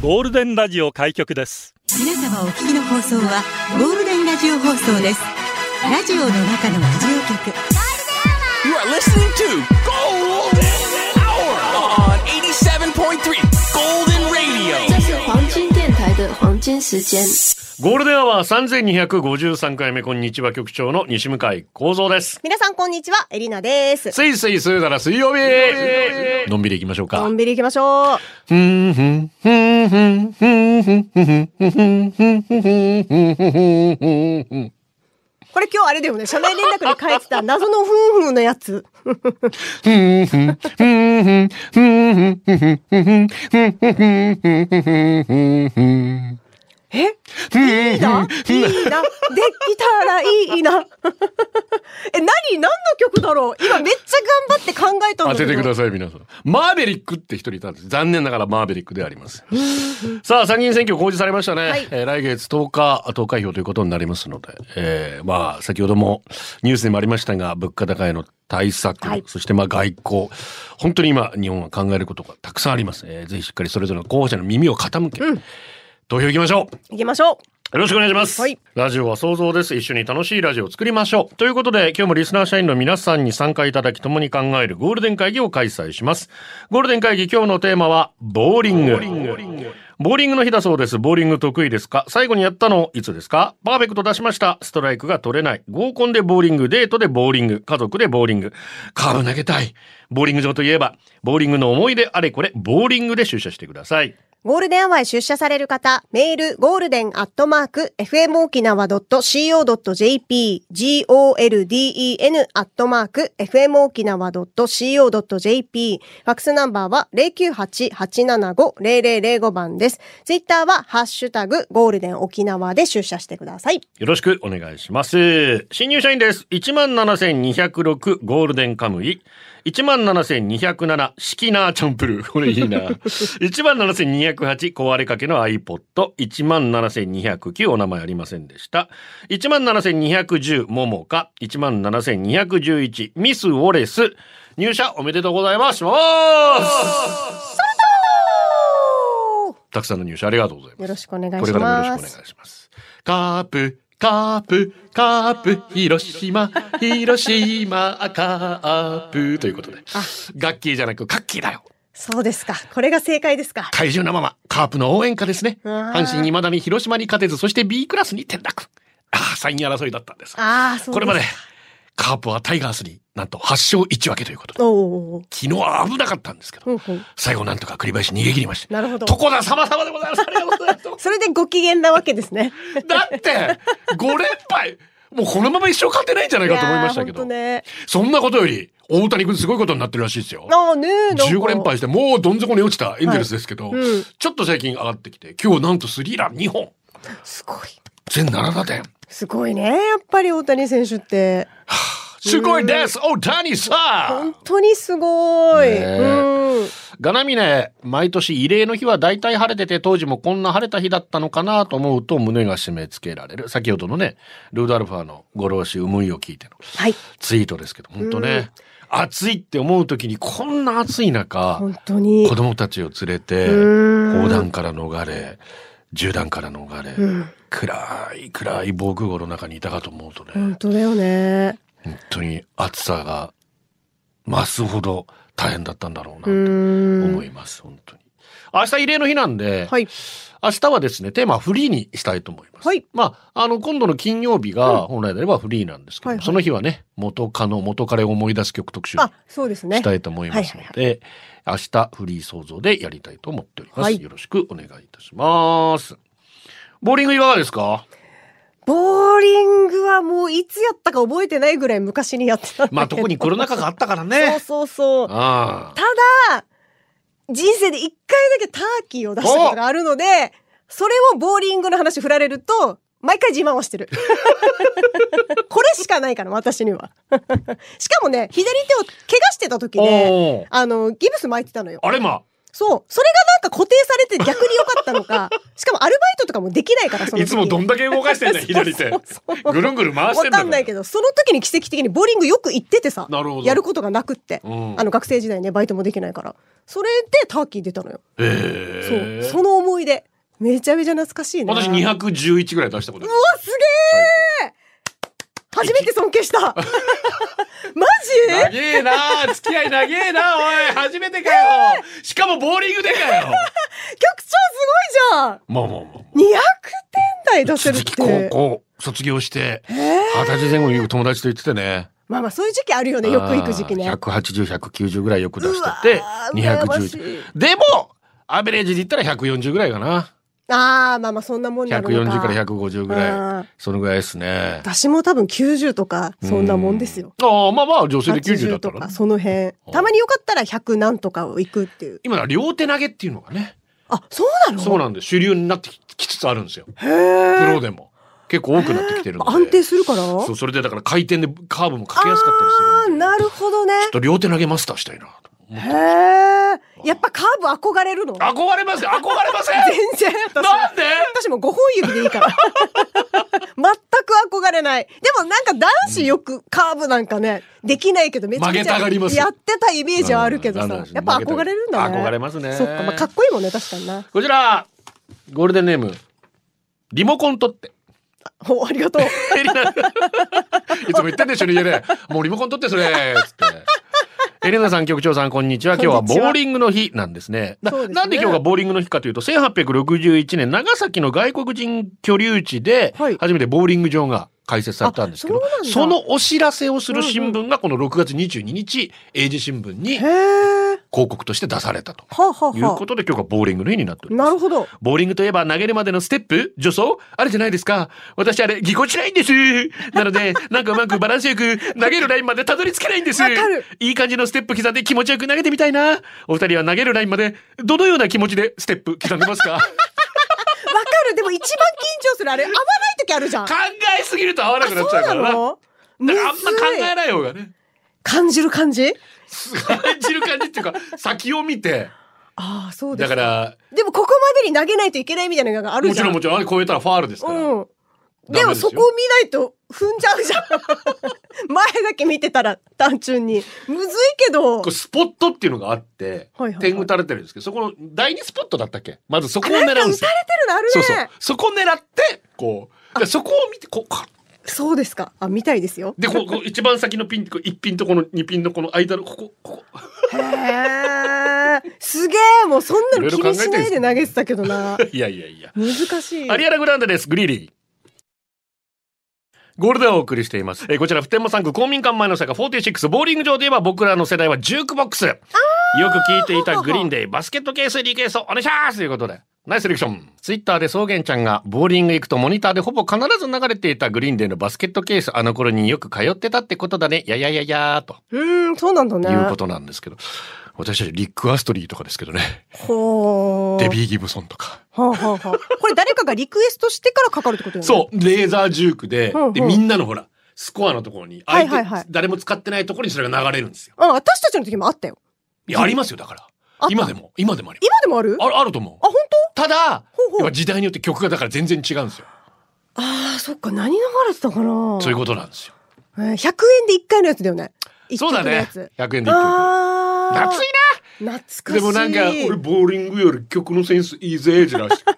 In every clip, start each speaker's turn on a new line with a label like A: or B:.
A: ゴールデンラジオ開局です
B: 皆様お聞きの放送はゴールデンラジオ放送ですラジオの中のラジオ局
C: You are listening to Golden Hour on 87.3 Golden Radio.
D: 这是黄金电台的黄金时间。
E: ゴールデンアワー三千二百五十三回目こんにちは局長の西向井光三です。
F: 皆さんこんにちは、エリナです。
E: スイスイスーだら水曜日。のんびり行きましょうか
F: の。んびり行きましょう。
E: ふんふんふんふんふんふんふんふんふんふんふんふんふんふんふんふん
F: これ今日あれだよね、社内連絡に書いてた謎の夫婦のやつ。えいいな、いいな、できたらいいな。 え、何、何の曲だろう今めっちゃ頑張って考えたん
E: 当
F: だけ
E: て
F: ど。
E: てください皆さんマーベリックって一人いたんです残念ながらマーベリックでありますさあ参議院選挙公示されましたね、
F: はい
E: えー来月10日投開票ということになりますので、えーまあ先ほどもニュースでもありましたが物価高への対策、
F: はい
E: そしてまあ外交本当に今日本は考えることがたくさんあります、えーぜひしっかりそれぞれの候補者の耳を傾け、投票行きましょう
F: 行きましょう。
E: よろしくお願いします。
F: はい
E: ラジオは想像です。一緒に楽しいラジオを作りましょう。ということで、今日もリスナー社員の皆さんに参加いただき、共に考えるゴールデン会議を開催します。ゴールデン会議、今日のテーマは、ボーリング。ボーリングの日だそうです。ボーリング得意ですか最後にやったの、いつですかパーフェクト出しました。ストライクが取れない。合コンでボーリング、デートでボーリング、家族でボーリング。カーブ投げたい。ボーリング場といえば、ボーリングの思い出あれこれ、ボーリングで出社してください。
F: ゴールデンアワーへ出社される方、メール、ゴールデンアットマーク、fmokinawa.co.jp、golden アットマーク、fmokinawa.co.jp、ファックスナンバーは098-875-0005番です。ツイッターは、ハッシュタグ、ゴールデン沖縄で出社してください。
E: よろしくお願いします。新入社員です。17,206ゴールデンカムイ。17,207シキナーチャンプルー。 これいいな。17,208壊れかけの iPod。17,209お名前ありませんでした。17,210モモカ。17,211ミスウォレス。入社おめでとうございます。しますたくさんの入社ありがとうございます。
F: よろしくお願いします。
E: これからもよろしくお願いします。カープ、カープ、カープ、広島、広島、カープということで。ガッキーじゃなくカッキーだよ。
F: そうですか。これが正解ですか。
E: 怪獣なまま、カープの応援歌ですね。
F: うわー
E: 阪神未だに広島に勝てず、そして B クラスに転落。ああ、サイン争いだったんです。
F: ああ、そうですか
E: これまで、カープはタイガースになんと8勝1分けということで、
F: おお。
E: 昨日は危なかったんですけ
F: ほう
E: ど、
F: ほう
E: 最後なんとか繰り返し逃げ切りました。
F: なるほど。
E: 床田様々でございます。ありがとうございます。
F: それでご機嫌なわけで すね。
E: だって5連敗もうこのまま一生勝てないんじゃないかと思いましたけ
F: いやーほ
E: ど、
F: んとね。
E: そんなことより大谷君すごいことになってるらしいですよ。
F: ああねえ。なんか
E: 15連敗してもうどん底に落ちたエンゼルスですけど、
F: はいうん
E: ちょっと最近上がってきて今日なんとスリーラン2本
F: すごい。
E: 全7打点
F: すごいね。やっぱり大谷選手って。
E: すごいです大谷さん
F: 本当にすごい。
E: ねえ
F: うん。
E: ガナミネ毎年慰霊の日は大体晴れてて当時もこんな晴れた日だったのかなと思うと胸が締め付けられる先ほどのねルーダルファーのご老子「思いを聞いての」
F: はい。
E: ツイートですけど本当ね、暑いって思う時にこんな暑い中
F: 本当に
E: 子。供たちを連れて
F: うん
E: 砲弾から逃れ銃弾から逃れ、暗い暗い防空壕の中にいたかと思うとね、
F: 本当だよね。
E: 本当に暑さが増すほど大変だったんだろうな
F: う
E: と思
F: ん。
E: います、本当に。明日慰霊の日なんで、
F: はい。
E: 明日はですね、テーマはフリーにしたいと思います。
F: はい
E: まあ、あの、今度の金曜日が本来であればフリーなんですけど、
F: はいはい
E: その日はね、元カノ、元彼を思い出す曲特集
F: あ、そうですね
E: し。たいと思いますので、明日フリー創造でやりたいと思っております。
F: はい
E: よろしくお願いいたします。ボーリングいかがですか
F: ボーリングはもういつやったか覚えてないぐらい昔にやってたんだけど。
E: まあ、特にコロナ禍があったから
F: そう
E: ね。
F: そうそう。
E: ああ。
F: 人生で一回だけターキーを出したことがあるので、それをボーリングの話振られると、毎回自慢をしてる。 これしかないから、私には。 しかもね、左手を怪我してた時で、
E: おー
F: あの、ギブス巻いてたのよ。
E: あれま、
F: そう。それがなんか固定されて逆に良かった のか。しかもアルバイトとかもできないから、その
E: い
F: 時
E: つもどんだけ動か してんだよ、左手。
F: そうそうそう
E: ぐるんぐるん回して
F: わ
E: んだ
F: かんないけど、その時に奇跡的にボーリングよく行っててさ、
E: なるほど
F: やることがなくって、
E: うん
F: あの学生時代ね、バイトもできないから。それでターキー出たのよ。
E: え
F: そう。その思い出。めちゃめちゃ懐かしいな。
E: 私211ぐらい出したことある
F: うわ、すげえ初めて尊敬した マジ
E: 長えな付き合い長えなおい初めてかよしかもボーリングでかよ
F: 局長すごいじゃん
E: まあまあまあ
F: !200 点台出せるっ
E: 鈴木高
F: て。
E: 校卒業して二十歳前後に友達と行っててね
F: まあまあそういう時期あるよね。よく行く時期ね。
E: 180190ぐらいよく出
F: うわ
E: してて
F: ー羨まし
E: 210
F: い
E: でもアベレージで言ったら140ぐらいかな
F: ああ、まあまあそんなもんなのか。
E: 140から150ぐらい
F: うん
E: そのぐらいですね
F: 私も多分90とかそんなもんですよ。
E: ああまあまあ女性で90だ
F: 80
E: った
F: と
E: ら
F: か
E: ね
F: その辺。たまによかったら100何とかを行くっていう。
E: 今両手投げっていうのがね
F: あ、そうなの
E: そうなんで主流になってきつつあるんですよプ
F: へえ。
E: ロでも結構多くなってきてるんで
F: 安定するから
E: そうそれでだから回転でカーブもかけやすかったりする
F: ああ、
E: んで
F: なるほどね。
E: ちょっと両手投げマスターしたいなと思っ
F: へ
E: て
F: え。やっぱカーブ憧れるの
E: 憧れますよ憧れませ ん
F: 全然私
E: なんで
F: 私も5本指でいいから 全く憧れないでもなんか男子よくカーブなんかねできないけどめちゃめ
E: 曲
F: ち
E: げたがりま
F: ゃ
E: す
F: やってたイメージはあるけど
E: うん
F: さ
E: なんだ
F: やっぱ憧れるんだね
E: 憧れますね
F: そっか、まあ、かっこいいもんね確かに な
E: こちらゴールデンネームリモコン取って
F: おありがとう
E: エリナいつも言ってんでしょ家でもうリモコン取ってそれつってエリナさん局長さんこんにちは今日は
F: こんに
E: ボ
F: ちは
E: ーリングの日なんですねな
F: そうですね
E: なんで今日がボーリングの日かというと1861年長崎の外国人居留地で
F: はい
E: 初めてボーリング場が開設されたんですけど、
F: あそうなんだ
E: そのお知らせをする新聞がこの6月22日英字新聞に
F: へえ
E: 広告として出されたと
F: はあ、はあ
E: いう
F: は
E: ことで今日がボーリングの日になっており
F: あ、
E: ます
F: なるほど
E: ボーリングといえば投げるまでのステップ助走あれじゃないですか。私あれ、ぎこちないんです。なので、なんかうまくバランスよく投げるラインまでたどり着けないんです。
F: わかる
E: いい感じのステップ刻んで気持ちよく投げてみたいな。お二人は投げるラインまで、どのような気持ちでステップ刻んでます か
F: わかるでも一番緊張するあれ合わない時あるじゃん
E: 考えすぎると合わなくなっちゃうからな。だ
F: あ
E: か
F: そうなの
E: らあんま考え
F: い
E: ない方がね。
F: 感じる感じ
E: 感じる感じっていうか、先を見て。
F: ああそうで
E: だ
F: す
E: から、
F: でもここまでに投げないといけないみたいなのがある
E: も
F: じ
E: ち
F: ゃん
E: ろんもちろん、あれ超えたらファールですから。
F: うん。
E: ダメです
F: で
E: よ
F: もそこを見ないと踏んじゃうじゃん。 前だけ見てたら単純に。むずいけど。
E: こうスポットっていうのがあって、
F: はいはいはい
E: 点打たれてるんですけど、そこの第二スポットだったっけまずそこを
F: なん
E: 狙
F: か
E: うん
F: 打
E: です
F: た
E: よ。
F: れてるのあるね。
E: そうそう。そこを狙って、こう。でそこを見て、こう、か
F: そうですか。あ、見たいですよ。
E: で、こう、こう一番先のピン、こう一ピンとこの二ピンのこの間の、ここ、ここ。
F: へー。すげえ。もうそんなの気にしないで投げてたけどな。
E: いやいやいや。
F: 難しい。
E: アリアナグランデです。グリーリー。ゴールデンをお送りしています。えーこちら、普天間産区公民館前の坂46、ボーリング場で言えば僕らの世代はジュークボックス。よく聞いていたグリーンデイ、バスケットケース、リケース、お願いしますということで。ナイスセレクション。ツイッターで草原ちゃんがボーリング行くとモニターでほぼ必ず流れていたグリーンデイのバスケットケース、あの頃によく通ってたってことだね。ややややーと
F: うーん、そうなんだね。
E: いうことなんですけど。私たちリック・アストリーとかですけどね。
F: ほー。
E: デビー・ギブソンとか。
F: はあ、はあはあ、これ誰かがリクエストしてからかかるってことよね。
E: そう、レーザージュークで、
F: うんうん
E: で、みんなのほら、スコアのところに、
F: はい
E: 相手、
F: はいはい
E: 誰も使ってないところにそれが流れるんですよ。
F: あ、私たちの時もあったよ。
E: いや、ありますよ、だから
F: あ。
E: 今でも、今でもあり
F: 今でもある
E: ます。ある、あると思う。
F: あ、本
E: ただ、
F: ほうほう
E: やっぱ時代によって曲がだから全然違うんですよ。
F: 当ああ、そっか。何流れてたか
E: そ
F: な
E: ういうことなんですよ。
F: えー100円で1回のやつだよね。一
E: そう
F: 曲
E: だ
F: のや
E: ね。
F: つ
E: 100円で1曲。
F: ああ。
E: 夏い
F: 懐かしい。
E: なでもなんか、俺、ボーリングより曲のセンスいいぜ、じゃなし。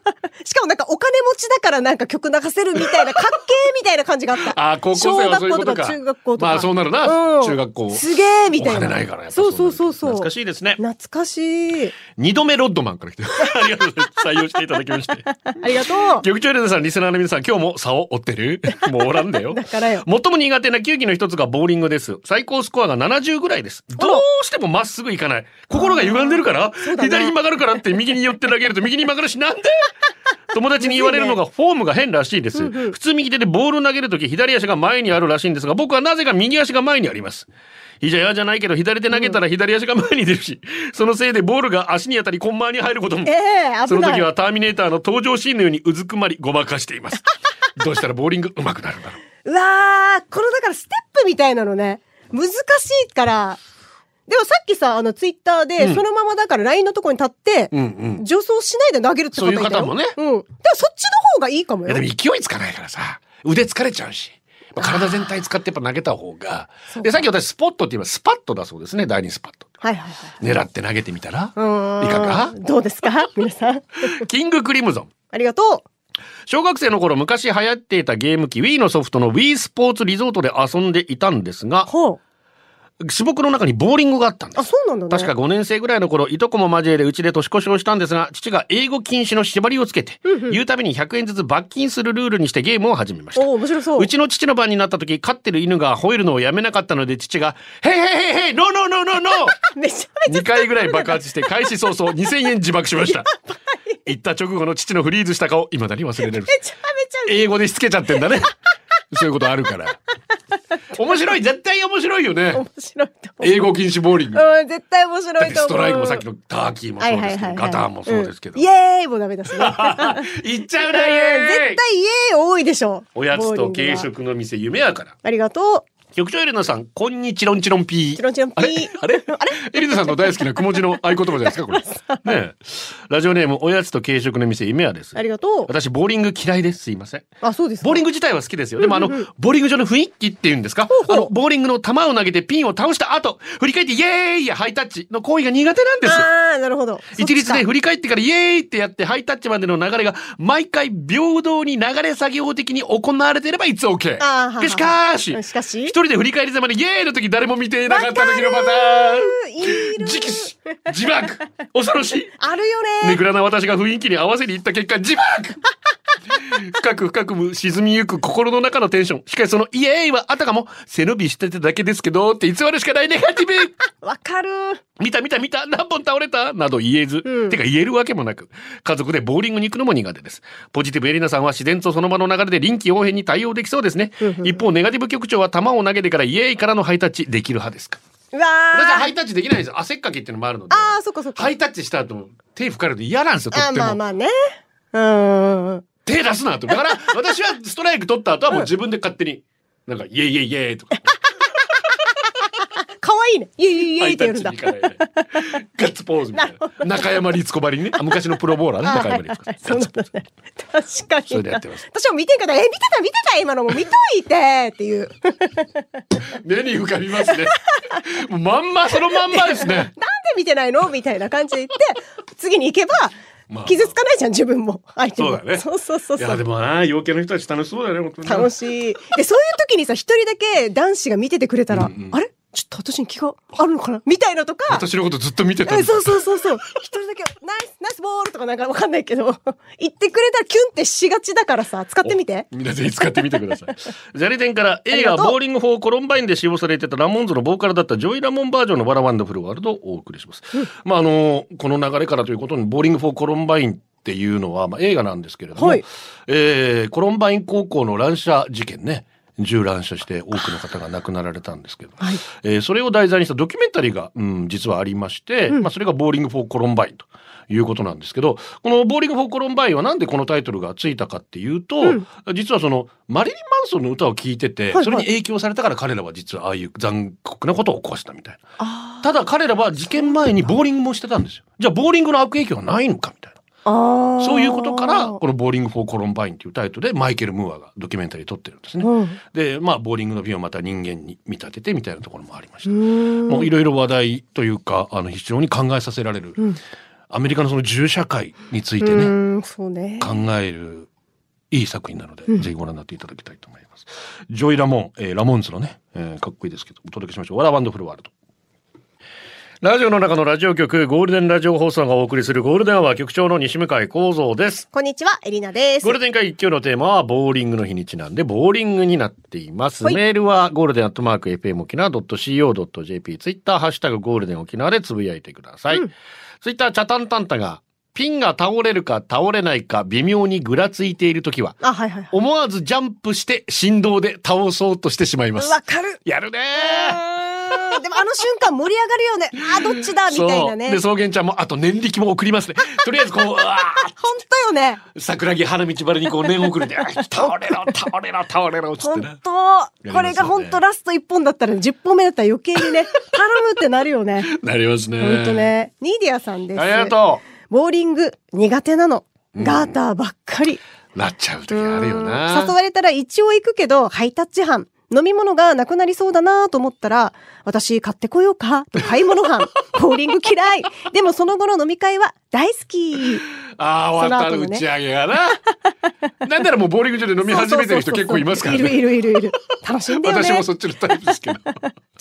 F: しかもなんかお金持ちだからなんか曲流せるみたいな、かっけーみたいな感じがあった。
E: あー高校生はそういうことか。
F: 小学校とか中学校とか。
E: まあ、そうなるな。
F: うん
E: 中学校。
F: すげーみたいな。
E: お金ないから、やっぱ
F: そう
E: な
F: そう
E: る
F: そうそう。
E: 懐かしいですね。
F: 懐かしい。
E: 二度目ロッドマンから来て。 ありがとうございます。採用していただきまして。
F: ありがと
E: 局長レナさん、リスナーの皆さん、今日も差を追って るもうおらんだよ
F: う。。だからよ。
E: 最も苦手な球技の一つがボーリングです。最高スコアが70ぐらいです。どうしてもまっすぐいかない。心が歪んでるから、
F: うだね
E: 左に曲がるからって右に寄って投げる と右に曲がるし、なんで友達に言われるのがフォームが変らしいです。
F: うんうん
E: 普通右手でボールを投げるとき左足が前にあるらしいんですが、僕はなぜか右足が前にあります。ひじゃやじゃないけど左手投げたら左足が前に出るし、そのせいでボールが足に当たりコンマーに入ることも
F: え。え
E: そ
F: 危
E: の
F: ない。
E: 時はターミネーターの登場シーンのようにうずくまりごまかしてい ます。どうしたらボーリング上手くなるんだろう。
F: うわー、このだからステップみたいなのね、難しいから、でもさっきさ、あの、ツイッター
E: うん
F: で、そのままだから LINE のとこに立って、
E: うんうん。
F: 助走しないで投げるって方いたよ
E: そういう方もね
F: うん。でもそっちの方がいいかも
E: いや
F: よ
E: でも。勢いつかないからさ、腕疲れちゃうし。まあ体全体使ってやっぱ投げた方が。
F: そう
E: で、さっき私スポットって言えばスパットだそうですね。第二スパット。
F: はいはいはい。
E: 狙って投げてみたら
F: う。ーん。
E: いか が
F: どうですか皆さん。
E: キングクリムゾン。
F: ありがと
E: 小学生の頃昔流行っていたゲーム機 Wii のソフトの Wii スポーツリゾートで遊んでいたんです
F: う。
E: が、
F: ほう。
E: 種目の中にボーリングがあったんです
F: あ、。そうなんだね。
E: 確か5年生ぐらいの頃いとこも交えでうちで年越しをしたんですが父が英語禁止の縛りをつけて言うたびに100円ずつ罰金するルールにしてゲームを始めました
F: おー面白そう。
E: うちの父の番になった時飼ってる犬が吠えるのをやめなかったので父が「ヘイヘイヘイヘイノーノーノーノーノ
F: めちゃ
E: ー!」
F: め
E: 2
F: ち
E: 回ぐらい爆発して開始早々2000円自爆しました言った直後の父のフリーズした顔いまだに忘れられる
F: ゃ、めちゃめちゃ、
E: 英語でしつけちゃってんだねそういうことあるから面白い絶対面白いよね
F: 面白いと思う。
E: 英語禁止ボーリング
F: うん、絶対面白
E: だっ
F: い
E: て
F: と思う。
E: ストライクもさっきのターキーもそうですけどガターンもそうですけど
F: んイエーイもダメだしね。
E: 行っちゃう
F: 絶対
E: ね
F: イエーイ多いでしょ。
E: おやつと
F: ボーリング
E: 軽
F: は。
E: 食の店夢やから
F: ありがとう。
E: 局長エリナさんこんにちろんちろんピー
F: チロンチロンピー。
E: あれエリナさんの大好きなくも字の合言葉じゃないですかこ れねえラジオネームおやつと軽食の店夢やです
F: ありがとう。
E: 私ボーリング嫌いですすいません
F: あ、そうですか。
E: ボーリング自体は好きですよ。でもあの、ボーリング場の雰囲気っていうんですか
F: ほうほう
E: あの、ボーリングの球を投げてピンを倒した後、振り返ってイエーイやハイタッチの行為が苦手なんです。
F: ああ、なるほど。
E: 一律で
F: そっちか
E: 振り返ってからイエーイってやってハイタッチまでの流れが毎回平等に流れ作業的に行われてればいつ OK
F: あーははは
E: しかし
F: うんしかし
E: 一人で振り返りざまでイエーイの時誰も見ていなかった時のパタ
F: いる
E: ーン直視自爆恐ろしい
F: あるよね。
E: ネクラな私が雰囲気に合わせに行った結果自爆深く深く沈みゆく心の中のテンションしかしそのイエーイはあたかも背伸びしてただけですけどって偽るしかないネガティブ
F: わかる。
E: 見た見た見た何本倒れたなど言えず、
F: うん
E: てか言えるわけもなく家族でボーリングに行くのも苦手ですポジティブエリナさんは自然とその場の流れで臨機応変に対応できそうですね、一方ネガティブ局長は球を投げてからイエーイからのハイタッチできる派ですか
F: うわ
E: 私はハ
F: あ。
E: イタッチできないんですよ汗っかきっていうのもあるので
F: ああ、そっかそっか。
E: ハイタッチした後手吹かれると嫌なんですよとっ
F: あー、
E: ても、
F: まあまあね。うん。
E: 手出すなとだから私はストライク取った後はもう自分で勝手になんかイエイイエイイエイとか
F: 可愛いね。イエ イイエイイエイってやるんだ。
E: ハイタッチに行かないでガッツポーズみたいな。中山律子ばりにね。あ昔のプロボーラーね。
F: あ
E: 中
F: ーは
E: 山
F: いはい
E: 律子さ
F: は
E: ん
F: い。そうなんだね。確かに。
E: それでやってます
F: 私も見てんかった。え、見てた見てた今のも見といてっていう。
E: 目に浮かびます ね。もうまんま、そのまんまですね。
F: なんで見てないのみたいな感じ で言って、次に行けば
E: まあ、
F: 傷つかないじゃん、自分も。相手も。
E: そうだね
F: そうそう そう
E: い
F: そ
E: や、で
F: う。
E: もな、陽キャの人たち楽しそうだね、本当に。
F: 楽しい。で、そういう時にさ、一人だけ男子が見ててくれたら、あれちょっと私に気があるのかなみたいのとか。
E: 私のことずっと見てたんで
F: うん
E: す
F: そうそうそうそう。一人だけ、ナイス、ナイスボールとかなんかわかんないけど、 言ってくれたらキュンってしがちだからさ、使ってみて。
E: 皆さん使ってみてくだ さい。ジャリテンから映
F: あ
E: 画
F: りがとう
E: ボーリング法コロンバインで使用されてたラモンズのボーカルだったジョイ・ラモンバージョンのバラワンダフルワールドをお送りします。まああの、この流れからということにボーリング法コロンバインっていうのは、まあ、映画なんですけれども、
F: はい
E: えーコロンバイン高校の乱射事件ね。銃乱射して多くの方が亡くなられたんですけど、
F: はい
E: えーそれを題材にしたドキュメンタリーが、うん、実はありまして、まあ、それが「ボーリング・フォー・コロンバイン」ということなんですけどこの「ボーリング・フォー・コロンバイン」はなんでこのタイトルがついたかっていうと、実はそのマリリン・マンソンの歌を聴いてて、
F: はい
E: それに影響されたから彼らは実はああいう残酷なことを起こしたみたいな
F: あ
E: ただ彼らは事件前にボーリングもしてたんですよじゃあボーリングの悪影響はないのかみたいな。
F: ああ。
E: そういうことから、このボーリング・フォー・コロンバインというタイトルでマイケル・ムーアがドキュメンタリー撮ってるんですね。
F: うん
E: で、まあ、ボーリングの瓶をまた人間に見立ててみたいなところもありまし
F: う
E: た。
F: ーん
E: もういろいろ話題というか、あの、非常に考えさせられる、
F: ん
E: アメリカのその銃社会について
F: う
E: ね、
F: ーん、そうね。
E: 考えるいい作品なので、ぜひご覧になっていただきたいと思います。ジョイ・ラモン、えーラモンズのね、えーかっこいいですけど、お届けしましょう。わらワンドフルワールド。ラジオの中のラジオ局、ゴールデンラジオ放送がお送りするゴールデンは局長の西向井幸三です。
F: こんにちは、エリナです
E: ゴー。ルデン会議今日のテーマはボーリングの日にちなんでボーリングになっています。
F: はい
E: メールはゴールデンアットマーク FM 沖縄 .co.jp ツイッターハッシュタグゴールデン沖縄でつぶやいてください。ツイッターチャタンタンタがピンが倒れるか倒れないか微妙にぐらついているときは
F: あ、はいはいは
E: 思わずジャンプして振動で倒そうとしてしまいま
F: い。
E: す。
F: わかる。
E: やるね
F: う
E: ー
F: ーんうんでもあの瞬間盛り上がるよね。あ、どっちだみたいなね。
E: で、
F: 本
E: 草原ちゃんも、あと年力も送ります ね。とりあえず、こう、うわ
F: 当よね。
E: ー桜木花道バレにこう念送るんで、あ倒れろ、倒れろ、倒れろ、つって
F: 本
E: な。
F: 当、これが本当ラスト1本だったら、10本目だったら余計 にね、頼むってなるよね。
E: なりますね。
F: 本当。ね。ニーディアさんです。
E: ありがと
F: ボーリング苦手なの。ガーターばっかり。
E: う。なっちゃう時あるよな。
F: 誘われたら一応行くけど、ハイタッチ班。飲み物がなくなりそうだなと思ったら、私買ってこようかと買い物 班。ボーリング嫌い。でもその後の飲み会は大好き。
E: ああ、終わった
F: そ
E: ら
F: の後
E: 打
F: のね
E: ち上げがな。 なんならもうボーリング場で飲み始めてる人結構いますから
F: そうそうそう
E: ね。
F: そういるいるい るいる。楽しんでよね。
E: 私もそっちのタイプですけど。
F: ちょ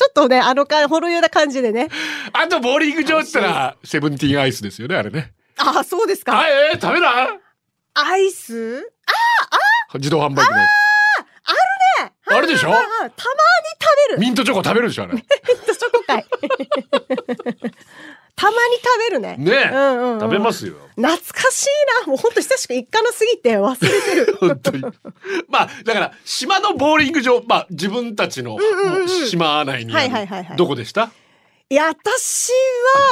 F: っとね、あのか、ほろ酔いな感じでね。
E: あとボーリング場って言ったら、セブンティーンアイスですよね、あれね。
F: あ、そうですか。
E: あ、えー、食べな
F: アイス
E: 自動販売機のやつ。あるでしょ
F: あたまに食べる。
E: ミントチョコ食べるで しょ、あれ。
F: ペットチョコ会。 たまに食べるね。
E: ねえ
F: うんうんうん
E: 食べますよ。
F: 懐かしいな。もうほんと久しく一家の過ぎて忘れ てる。
E: 本当に。まあ、だから、島のボーリング場、まあ、自分たちのもう島内にあ
F: はいはいはいは
E: る。
F: い
E: どこでした
F: いや、私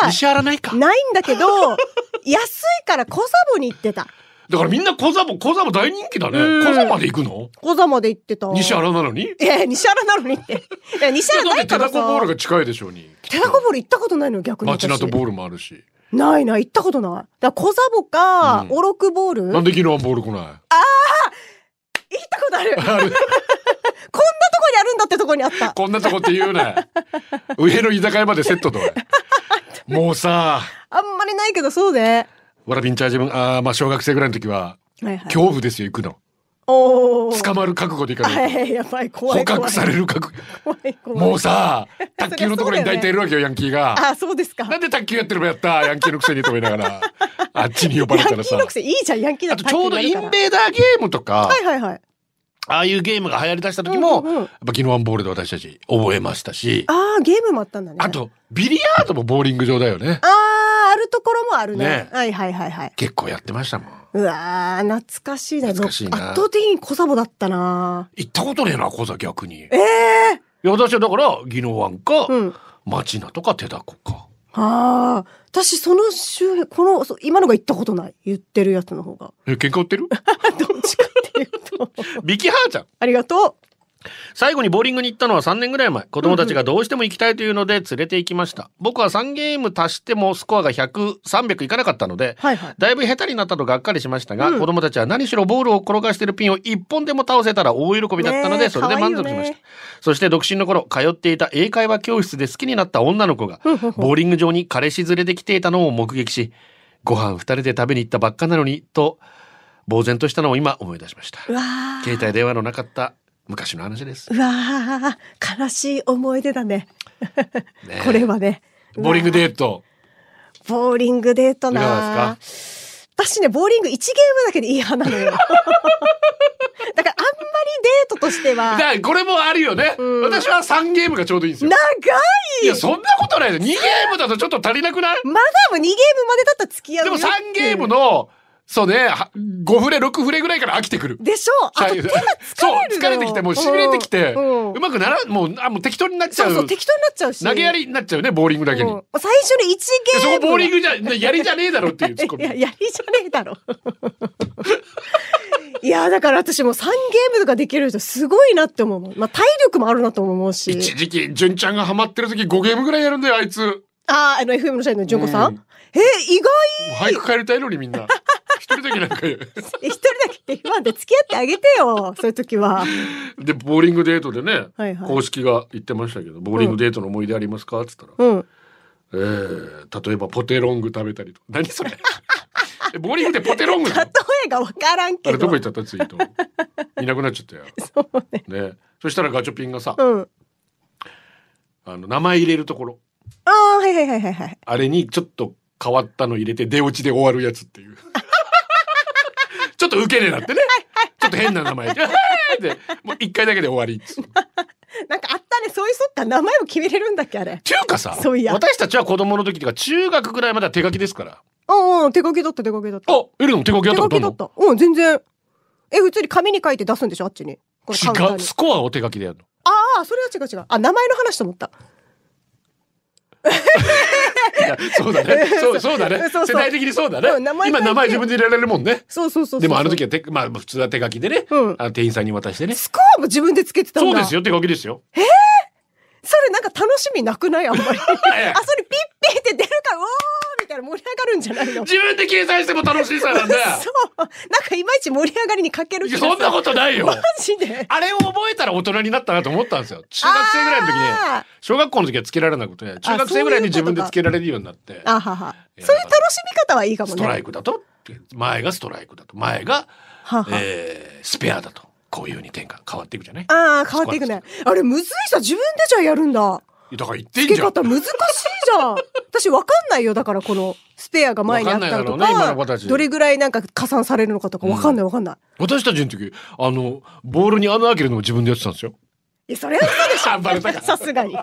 F: は、
E: 西原ないか。
F: ないんだけど、 安いから小サボに行ってた。
E: だからみんな小ザボ、小ザボ大人気だね。
F: うん
E: 小ザボまで行くの
F: 小サボで行ってた。
E: 西原なのに
F: いや、西原なのにって。いや、西
E: いや
F: 原
E: だって
F: ないか
E: 手
F: ら
E: だ
F: さ。
E: こボールが近いでしょうに。
F: 手だこボール行ったことないのよ逆に
E: 街
F: 私。
E: ナとボールもあるし。
F: ないない、行ったことない。だから、小ザボか、
E: うん
F: オロクボール
E: な
F: 行
E: ん
F: っ
E: で昨日はボール来な
F: たことあ る。こ
E: い
F: んなとこ
E: ある
F: にあるんだってとこにあった。
E: こんなとこって言う な。上の居酒屋までセットだ。おいもうさ、
F: あんまりないけど、そうね。
E: わらびんちゃん自分、あーまあ小学生ぐらいの時は、
F: はいはい。
E: 恐怖ですよ、行くの。
F: おー
E: 捕まる覚悟で行かない。
F: はい、やばい、怖
E: 捕
F: い。怖い
E: 獲される覚悟。
F: 怖い、怖い。
E: もうさ、
F: そりゃ
E: 卓球のところに抱いているわけよ、ヤンキーが。
F: あ、そうですか。
E: なんで卓球やってるのやったヤンキーのくせにと思いながら、あっちに呼ばれ
F: ヤン
E: たら
F: キー
E: さ
F: の。くせいいじゃん、ヤンキーだ
E: あとちょうどイン
F: ー。
E: ベーダーゲームとか、
F: はいはいはい。
E: ああいうゲームが流行りだした時も、
F: うんうんうん
E: やっぱギノワンボールで私たち覚えましたし、あ
F: ああ、ゲームもあったんだね。
E: と、ビリヤードもボーリング場だよね。
F: ああ、あるところもあるね。
E: ね
F: はいはいはいはい。
E: 結構やってましたもん。
F: うわー、懐かしいな。
E: 懐かしいな
F: 圧倒的に小サボだったな。
E: 行ったことねえな、小座逆に。い
F: ええ
E: や、私はだから、ギノワンか、
F: うん
E: 町名とか手だこか。
F: ああ、私その周辺、この、そう今のが言ったことない。言ってるやつの方が。
E: え、喧嘩売ってる
F: どっちかっていうと。
E: ビキハーちゃん。
F: ありがとう。
E: 最後にボーリングに行ったのは3年ぐらい前子供たちがどうしても行きたいというので連れて行きました、僕は3ゲーム足してもスコアが100300いかなかったので、
F: はいはい
E: だいぶ下手になったとがっかりしましたが、
F: うん
E: 子供たちは何しろボールを転がしているピンを1本でも倒せたら大喜びだったの
F: ね
E: で
F: え
E: それで満足し
F: 可愛い
E: ま
F: よ
E: した、
F: ね
E: そして独身の頃通っていた英会話教室で好きになった女の子が
F: ふんふん
E: ボーリング場に彼氏連れてきていたのを目撃しご飯2人で食べに行ったばっかなのにと呆然としたのを今思い出しました
F: うわー
E: 携帯電話のなかった昔の話です
F: うわー悲しい思い出だね。
E: ね
F: これはね。
E: ボーリングデート。
F: ボーリングデート
E: いかが
F: な
E: で
F: 私ね、ボーリング1ゲームだけでいい派な のよ。だからあんまりデートとして
E: だ
F: は、長
E: からこれもあるよね。
F: うん
E: 私は3ゲームがちょうどいいんですよ。い
F: い
E: や、そんなことないです。2ゲームだとちょっと足りなくない
F: まだも2ゲームまでだったら付き合う
E: で
F: よ
E: も
F: っていう
E: 3ゲームの、そうね、は5フレ、6フレぐらいから飽きてくる。
F: でしょうあと手が疲れる
E: そう、疲れてきて、もうしびれてきて、
F: うんうん
E: うまくならん、もう、あ、もう適当になっちゃ。
F: そううそう、適当になっちゃうし。
E: 投げやりになっちゃうね、ボーリングだけに。
F: うん最初に
E: いや
F: 1
E: そ
F: ゲー
E: こ
F: ム。
E: ボーリングじゃ、やりじゃねえだろっていうツッコ
F: い
E: ミ。
F: や、やりじゃねえだろ。 いや、だから私も3ゲームとかできる人すごいなって思うもん。まあ体力もあるなとも思うし。
E: 一時期、純ちゃんがハマってる時5ゲームぐらいやるんだよ、あいつ。
F: ああ、あの FM の社員の純子さ
E: うん
F: ん、え、意外
E: 早く帰りたいのにみんな。一人だけなんか言う。
F: 一人だけって言わんで付き合ってあげてよ。そういう時は。
E: でボーリングデートでね、
F: はいはい
E: 公式が言ってましたけど「ボーリングデートの思い出ありますか?」っつったら、
F: うん。
E: えー例えばポテロング食べたりと何それえボーリングでポテロングな
F: 例
E: の
F: えがわからん
E: あ
F: け
E: れ
F: ど。
E: どこ行ったツイートいなくなっちゃったよ、
F: そうね。
E: ね、そしたらガチョピンがさ、
F: うん。
E: あの名前入れるところ
F: ああ、はいはいはいはいはい。
E: あれにちょっと変わったの入れて出落ちで終わるやつっていう ちょっとウケねえなってねちょっと変な名前ででもう一回だけで終わりっつう
F: なんかあったね。そういうそっか。名前も決めれるんだっけ、あれ。
E: ていうかさ
F: そういや
E: 私たちは子供の時とか中学ぐらいまでは手書きですから
F: うんうん。手書きだった、手書きだった。
E: あ、エルの手書きや
F: 手
E: った
F: 書
E: ことあ
F: き
E: る
F: だ
E: の
F: った。うん、全然。え、普通に紙に書いて出すんでしょ、あっちに。これ簡単
E: 違う、
F: に
E: スコアを手書きでやるの。
F: ああ、それは違う違う。あ、名前の話と思った。
E: いやそうだね。そうそうだね
F: そうそう
E: 世代的にそうだね。
F: うん名前書い
E: 今
F: て
E: 名前自分で入れられるもんね。
F: そうそうそうそう
E: でもあの時は手まあ普通は手書きでね、
F: うん
E: あの店員さんに渡してね。
F: スコアも自分でつけてたん
E: そ
F: だ
E: うですよ手書きですよ。
F: それなんか楽しみなくないあん まりあそれピッピーって出るからうおーみたいな盛り上がるんじゃないの
E: 自分で掲載しても楽しいさなんだよ。
F: そうなんかいまいち盛り上がりに欠ける
E: い
F: 気
E: や
F: が
E: そんなことない よ
F: マ。ジで
E: あれを覚えたら大人になったなと思ったんですよ。中学生ぐらいの時ね
F: あー、
E: 小学校の時はつけられなくて、中学生ぐらいに自分でつけられるようになって、
F: あははそういう楽しみ方はいいかも
E: ス
F: ね
E: トライクだと、前がストライクだと、前が、
F: はは、
E: えースペアだと、こういうふうに転換変わっていくじゃない
F: ああ変わっていくねあれむずいさ自分でじゃあやるんだ
E: だから言ってん
F: 付
E: じ
F: け
E: ゃん。
F: 方難しいじゃん私わかんないよだからこのスペアが前にあったりと
E: わかんないだろうね今
F: か
E: の子たち
F: どれぐらいなんか加算されるのかとかわかんないわかんない、
E: 私たちの時、あの、ボールに穴開けるのも自分でやってたんですよ。
F: いやそれは嘘でしょ
E: あバレたか
F: さすがに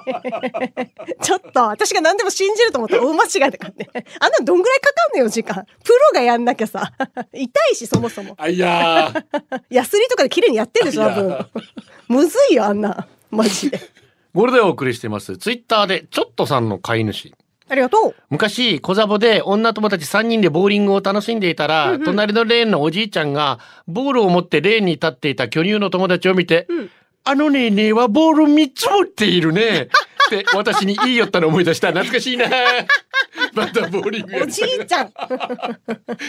F: ちょっと私が何でも信じると思ったら大間違いだからねあんなのどんぐらいかかんのよ時間プロがやんなきゃさ 痛いしそもそも
E: あいやー、
F: ヤスリとかで綺麗にやってるでしょ多
E: いや
F: 分むずいよあんなマジで
E: これでお送りしています。ツイッターで、ちょっとさんの飼い主。
F: ありがとう
E: 昔、小ザボで女友達3人でボーリングを楽しんでいたら、隣のレーンのおじいちゃんが、ボールを持ってレーンに立っていた巨乳の友達を見て、あのねえねえはボール3つ持っている ね。って、私に言いよったのを思い出した。懐かしいな。 またボーリングや
F: お
E: り
F: じ
E: たい
F: いちゃん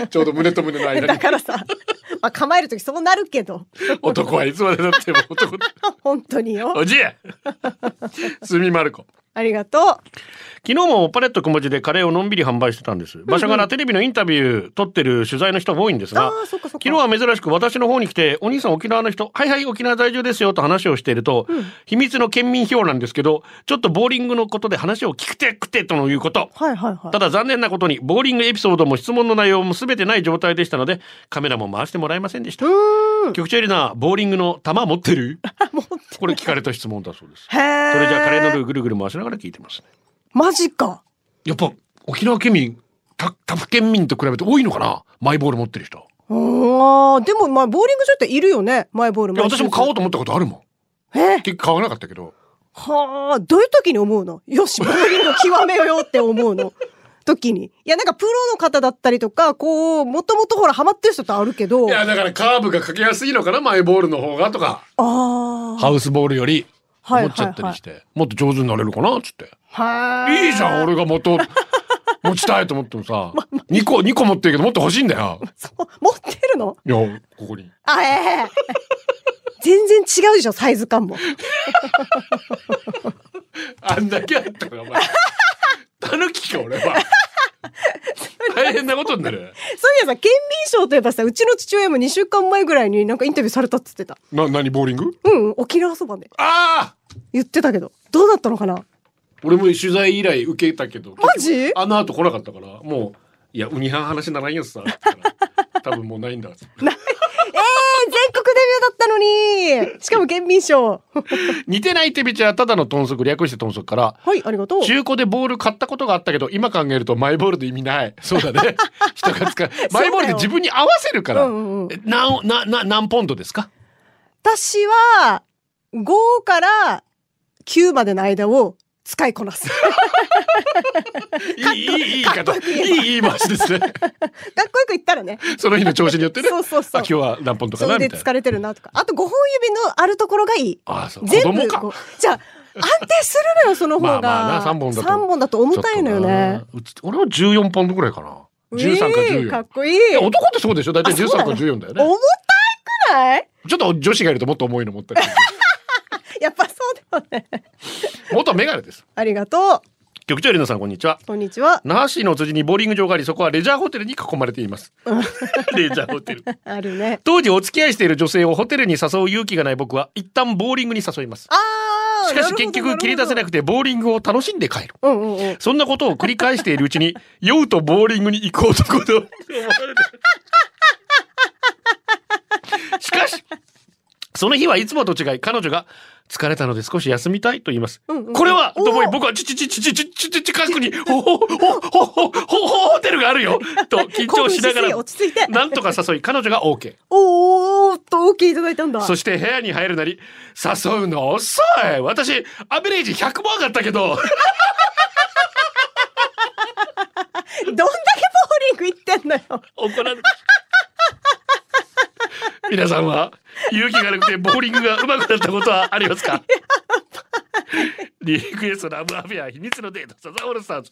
E: ちょうど胸と胸の間
F: だ
E: に。
F: からさ、 まあ、構える時そうなるけど
E: 男はいつまでだっても男。
F: 本当によ
E: おじいすみまる子。
F: ありがと
E: 昨日もパレット小文字でカレーをのんびり販売してたんです。場所からテレビのインタビュー撮ってる取材の人も多いんですが
F: あーそっかそ
E: 昨
F: っ、か
E: 日は珍しく私の方に来て、お兄さん沖縄の人、はいはい沖縄在住ですよと話をしていると、秘密の県民票なんですけど、ちょっとボーリングのことで話を聞くてくてとのいうこと。
F: うはいはいはい
E: ただ残念なことに、ボーリングエピソードも質問の内容も全てない状態でしたので、カメラも回してもらえませんでした。局長エリナ、ボーリングの球持ってる
F: 持ってない
E: これ聞かれた質問だそうです。
F: へえ
E: それじゃあカレーのルーぐるぐる回しながら聞いてますね。
F: マジか
E: やっぱ沖縄県民た他府県民と比べて多いのかなマイボール持ってる人
F: あーでもまあボーリング場っているよねマイボール
E: いや
F: マイシ
E: 私
F: ューズ
E: も買おうと思ったことあるもん
F: え
E: 結局買わなかったけど
F: はあどういう時に思うのよしボーリングを極めようって思うの時にいやなんかプロの方だったりとかこうもともとほらハマってる人ってあるけど
E: い
F: あ
E: やだからカーブがかけやすいのかなマイボールの方がとか
F: あ
E: ハウスボールより
F: はい
E: 思っちゃったりして、もっと上手になれるかなっつって
F: はい
E: いじゃん俺が 元持ちたいと思ってもさ2個2個持ってるけどもっと欲しいんだよ
F: そう持ってるの
E: いやここに
F: あええ 全然違うでしょサイズ感も
E: あんだけ入ったからお前たぬきか俺は大変なことになる
F: そういえばさ県民賞といえばさうちの父親も2週間前ぐらいになんかインタビューされたっつってた
E: な何ボーリング
F: うん沖縄そばで
E: ああ
F: 言ってたけどどうだった のかな
E: 俺も取材以来受けたけど
F: マジ
E: 結局あの後来なかったからもう「いやウニハン話ならんよさ」って言ったら多分もうないんだ
F: ええ全国デビューだったのにしかも県民賞
E: 似てない手びちはただの豚足略して豚足から
F: はいありがとう
E: 中古でボール買ったことがあったけど今考えるとマイボールで意味ないそうだね 人が使うマイボールで自分に合わせるから、
F: うんうんうん
E: え何なな何ポンドですか
F: 私は5から9までの間を使いこ なす。かっ
E: いいいいいい言い方いいいい回しです ね
F: こよく言ったらね。
E: その日の調子によってね
F: そうそうそう
E: あ今日は何ポンドか
F: そ
E: な
F: れ
E: み
F: で
E: たいな
F: 疲れてるなとか。あと5本指のあるところがいい。
E: あそう子
F: 全
E: 供
F: 部
E: か
F: こうじゃあ安定するのよその方
E: ま
F: が。
E: あまあな三本だと
F: 三本だと重たいのよね。
E: ちょっとな。うち俺は14ポンドぐらいかな。13か
F: え
E: 14。
F: ーかっこいい。
E: いや男ってそうでしょ大体
F: あそ
E: 13
F: うな
E: か
F: の
E: 14だよね。
F: 重たいくない
E: ちょっと女子がいるともっと重いの持ったりす
F: やっぱそうだよね。
E: る。元メガネです。
F: ありがと
E: 局長エリナさん、こんにちは
F: う。。こんにちは。
E: 那覇市の辻にボーリング場があり、そこはレジャーホテルに囲まれています。レジャーホテル。
F: あるね。
E: 当時お付き合いしている女性をホテルに誘う勇気がない僕は、一旦ボーリングに誘います。
F: ああ。
E: しかし結局切り出せな
F: く
E: くてボーリングを楽しんで帰る。
F: うんうんうん。
E: そんなことを繰り返しているうちに、酔うとボーリングに行こうとこと。しかし、その日はいつもと違い、彼女が、疲れたので少し休みたいと言います。
F: んうん
E: これは、
F: おー
E: と思い、僕は、ちちちちちちちち近くに、ほほほほほほほホテルがあるよと緊張しなが
F: 興奮しすぎ
E: ら、
F: 落ち着いて
E: なんとか誘い、彼女が OK。
F: おーっと OK いただいたんだ。
E: そして部屋に入るなり、誘うの遅い私、アベレージ100も上がったけど。
F: れんなよ。
E: 怒られる。 皆さんは勇気がなくてボーリングが上手くなったことはありますかリクエストラブアフェア秘密のデートサザンオールスターズ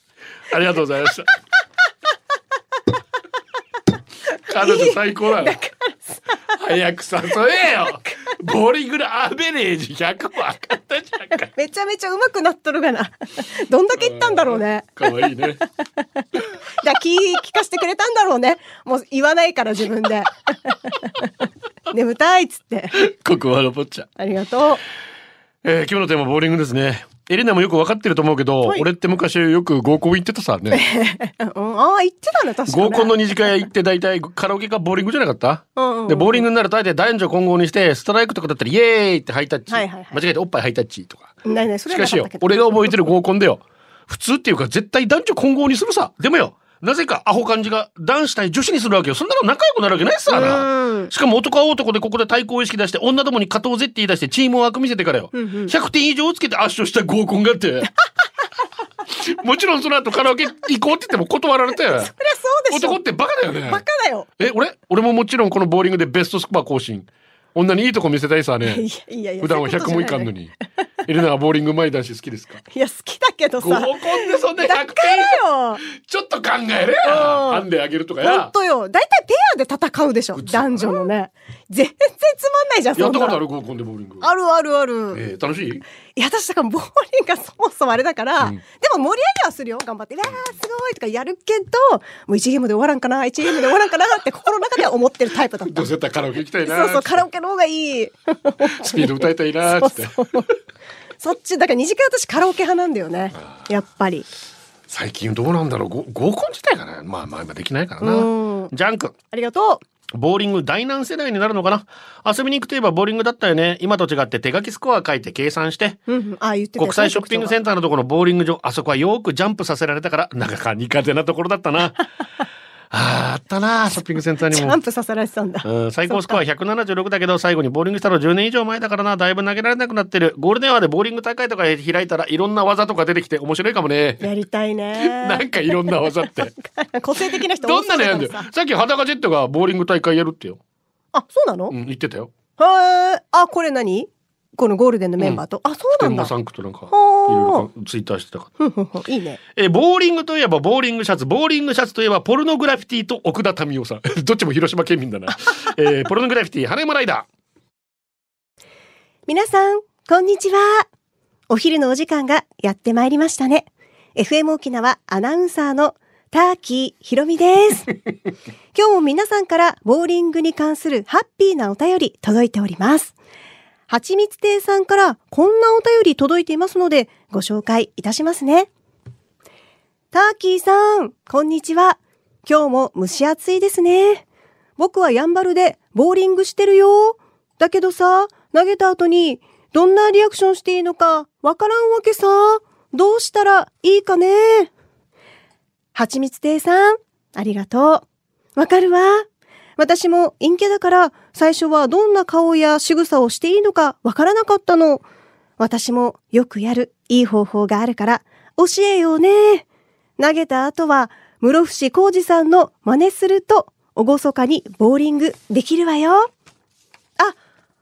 E: ありがとうございま した彼女最高だよ早く誘えよボーリングのアベレージ100分かったじゃん か
F: めちゃめちゃ上手くなっとるがな。 どんだけいったんだろうね。
E: かわいいね
F: だ聞聞かせてくれたんだろうね。もう言わないから自分で。 眠たいっつって。
E: 国話の坊ちゃん
F: ありがとう。
E: えー今日のテーマボーリングですね。エリナもよくわかってると思うけど、
F: はい
E: 俺って昔よく合コン行ってたさね。
F: うん、ああ、言ってたね、確かに、
E: 合コンの二次会行って大体カラオケかボーリングじゃなかった、
F: うんうんうん
E: で、ボーリングになると大体男女混合にして、ストライクとかだったらイエーイってハイタッチ。
F: はいはいはい
E: 間違えておっぱいハイタッチとか。
F: ないない、そ
E: し
F: れは
E: か
F: な
E: し
F: かっ
E: よ
F: たけ、ど。
E: 俺が覚えてる合コンだよ。普通っていうか絶対男女混合にするさ。でもよ、なぜかアホ感じが男子対女子にするわけよ。そんなの仲良くなるわけないさ
F: う
E: な。しかも男は男でここで対抗意識出して、女どもに加藤ぜって言い出してチームワーク見せてからよ。100点以上をつけて圧勝した合コンがあって。もちろんその後カラオケ行こうって言っても断られて。
F: そりゃそうでしょ。
E: 男ってバカだよね。
F: バカだよ。
E: え、俺俺ももちろんこのボーリングでベストスコア更新。女にいいとこ見せたいさね
F: い。やいやいや。
E: 普段は
F: そうう
E: 100
F: ことじゃ
E: もかん
F: ない
E: の。に。エレナはボーリング前男子好きですか
F: いや、好きだけどさ。
E: 合コ
F: だ
E: ンでそんな100点
F: からよ。
E: ちょっと考えれ
F: う
E: や
F: ん
E: ハンデあげるとか
F: ほん
E: や
F: とよ。大体ペアで戦うでしょ。男女のね。全然つまんないじゃん、
E: や
F: そ
E: っ
F: ん
E: た
F: な
E: ことある
F: の。
E: 合コンでボーリング
F: あるあるある。
E: えー、楽しい
F: いや、私だからボーリングがそもそもあれだから、
E: うん
F: でも盛り上げはするよ。頑張って。いやー、すごいとかやるけど、もう1ゲームで終わらんかな、1ゲームで終わらんかなって心の中では思ってるタイプだっ
E: ど
F: た。
E: うせやったらカラオケ行きたい
F: そう
E: な
F: そう、カラオケの方がいい。
E: スピード歌いたいなーっつって
F: そうそうそっちだから二次会私カラオケ派なんだよねやっぱり
E: 最近どうなんだろうご合コン自体がねまあまあ今できないからな
F: うん
E: ジャンク
F: ありがと
E: ボーリング第何世代になるのかな遊びに行くといえばボーリングだったよね今と違って手書きスコア書いて計算して
F: う、うんうん、あ言ってた
E: 国際ショッピングセ
F: ン
E: ンターのところのボーリング場あそこはよくジャンプさせられたからなんか苦手なところだった なあーあったなショッピングセンターに
F: ジ
E: も
F: ャンプさせられてたんだ
E: うん、最高スコア176だけど最後にボーリングしたの10年以上前だからなだいぶ投げられなくなってるゴールデンアワーでボーリング大会とか開いたらいろんな技とか出てきて面白いかもね
F: やりたい
E: な
F: ね
E: んかいろんな技って
F: 個性的な人
E: どんなのやんだ
F: 多そうだ
E: よ
F: からさ
E: さっき裸ジェットがボーリング大会やるってよ、
F: あそうなの、
E: うん、言ってたよ
F: はーあこれ何このゴールデンのメンバーと、あそうなん
E: 天
F: だ
E: 馬さんくとなんかい
F: ほー
E: ろいろツイッターしてたから
F: ふんふんふんいいね
E: えーボーリングといえばボーリングシャツボーリングシャツといえばポルノグラフィティと奥田民生さん どっちも広島県民 だな、えーポルノグラフィティ羽山ライダ
F: 皆さんこんにちはお昼のお時間がやってまいりましたね FM 沖縄アナウンサーのターキーひろみです今日も皆さんからボーリングに関するハッピーなお便り届いておりますはちみつ亭さんからこんなお便り届いていますのでご紹介いたしますねターキーさんこんにちは今日も蒸し暑いですね僕はやんばるでボーリングしてるよ。だけどさ、投げた後にどんなリアクションしていいのかわからんわけさ。どうしたらいいかね。はちみつ亭さん、ありがとう。わかるわ。私も陰キャだから最初はどんな顔や仕草をしていいのかわからなかったの。私もよくやるいい方法があるから教えようね。投げた後は室伏広治さんの真似するとおごそかにボーリングできるわよ。あ、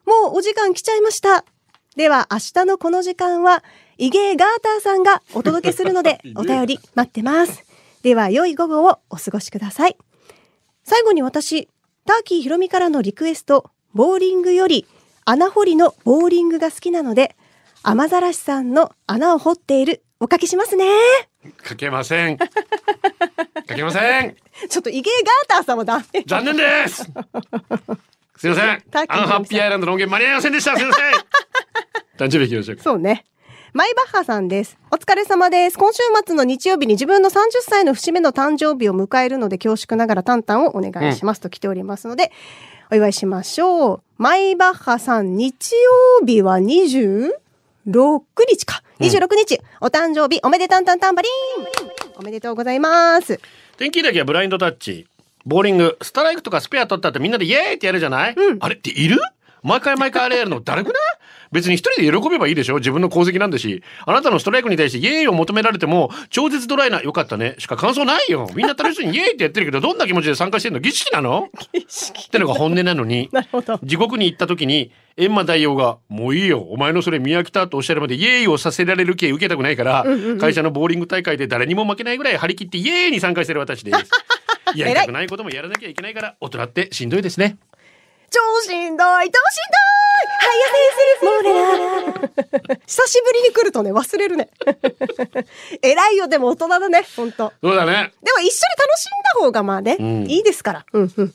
F: もうお時間来ちゃいました。では明日のこの時間はイゲーガーターさんがお届けするの でお便り待ってます。では良い午後をお過ごしください。最後に私、ターキーひろみからのリクエスト、ボーリングより穴掘りのボーリングが好きなので、雨ざらしさんの穴を掘っているおかけしますね。
E: ーかけませんかけません
F: ちょっとイゲーガーターさんもダメ。
E: 残念 ですすいませんアン
F: タッキーの皆さん
E: ハッピーアイランドの音源間に合いませんでしたすいませ ん誕生日広島
F: そうね。マイバッハさんです。お疲れ様です。今週末の日曜日に自分の30歳の節目の誕生日を迎えるので恐縮ながらタンタンをお願いしますと来ておりますので、お祝いしましょう。マイバッハさん、日曜日は26日か。26日、お誕生日おめでたんたんたんばりーんおめでとうございます。
E: 天気だけはブラインドタッチボーリングストライクとかスペア取ったってみんなでイエーイってやるじゃない、あれっている毎回毎回あれやるのだるくない 別に一人で喜べばいいでしょ自分の功績なんだし。あなたのストライクに対してイエーイを求められても、超絶ドライな、よかったね。しか感想ないよ。みんな楽しそうにイエーイってやってるけど、どんな気持ちで参加してんの儀式なのってのが本音なのに。
F: なるほど。
E: 地獄に行った時に閻魔大王が「もういいよお前のそれ見飽きた」とおっしゃるまでイエーイをさせられる系受けたくないから、会社のボーリング大会で誰にも負けないぐらい張り切ってイエーイに参加してる私です。やりたくないこともやらなきゃいけないから大人ってしんどいですね。
F: 超しんどい、超しんどい。はい、やせるもうね。久しぶりに来るとね、忘れるね。 偉いよ、でも大人だね、本当。
E: そうだね。
F: でも一緒に楽しんだ方がまあね、
E: ん
F: いいですから。うんうん。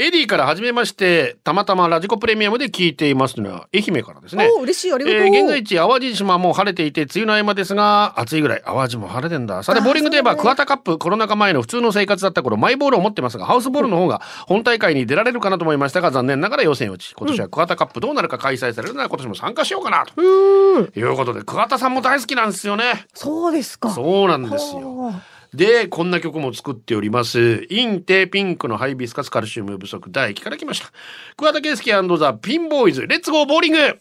E: エディから初めましてたまたまラジコプレミアムで聞いていますというのは愛媛からですね。
F: おー嬉しい、ありがとう。
E: えー現在地淡路島も晴れていて梅雨の合間ですが暑いぐらい淡路も晴れてんださてボーリングといえばクワタカップコロナ禍前の普通の生活だった頃マイボールを持ってますがハウスボールの方が本大会に出られるかなと思いましたが残念ながら予選落ち今年はクワタカップどうなるか開催されるなら今年も参加しようかなということで桑田さんも大好きなんですよね
F: そうですか。
E: そうなんですよでこんな曲も作っておりますインテピンクのハイビスカスカルシウム不足唾液から来ました桑田佳祐ザ・ピンボーイズレッツゴーボーリング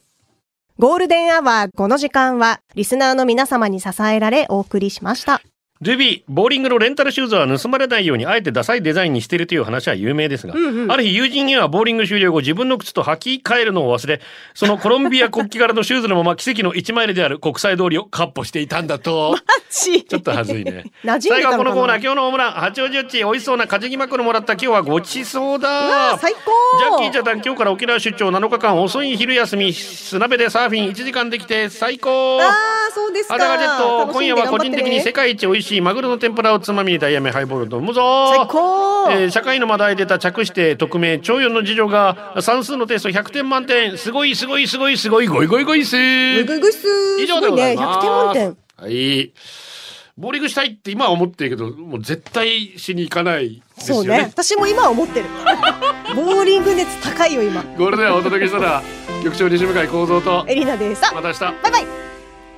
F: ゴールデンアワー、この時間は、リスナーの皆様に支えられお送りしました。
E: ルビー、ボーリングのレンタルシューズは盗まれないようにあえてダサいデザインにしているという話は有名ですが、ある日友人にはボーリング終了後自分の靴と履き替えるのを忘れ、そのコロンビア国旗柄のシューズのまま奇跡の一枚目である国際通りをカッポしていたんだと。
F: ち。
E: ちょっとはずいね
F: 馴染んで
E: 最後
F: た
E: は
F: の
E: こ
F: か
E: のコーナー、
F: な
E: 今日のホームラン、八王子よっち、美味しそうなカジキマックルもらった今日はごちそう
F: わ
E: だ。
F: あ最高
E: ジャッキー・チャタン、今日から沖縄出張7日間、遅い昼休み、砂辺でサーフィン1時間できて最高。
F: ああ、そうですか。
E: アダガジェット、
F: 楽
E: 今
F: しん
E: 夜
F: で
E: は
F: 頑張
E: 個
F: って
E: 人的に世
F: ね
E: 界一美味しいマグロの天ぷらをつまみにダイヤメハイボールと飲むぞ
F: 最高
E: えー社会の話題でた着して匿名徴用の事情が算数のテスト100点満点すごいすごいすごいすごいゴイゴイゴイス
F: ぐぐぐすー。
E: 以上
F: す
E: で
F: ご
E: ご
F: い
E: ざい
F: ね、
E: ま
F: 100
E: す
F: 点満点。
E: はいボーリングしたいって今は思ってるけどもう絶対しに行かないです
F: そ
E: よ
F: うね
E: ね。
F: 私も今は 思ってる。ボーリング熱高いよ、今。
E: ゴールデンをお届けしたら局長西向井幸三と
F: エリナです。あ
E: また明日
F: バイバイ。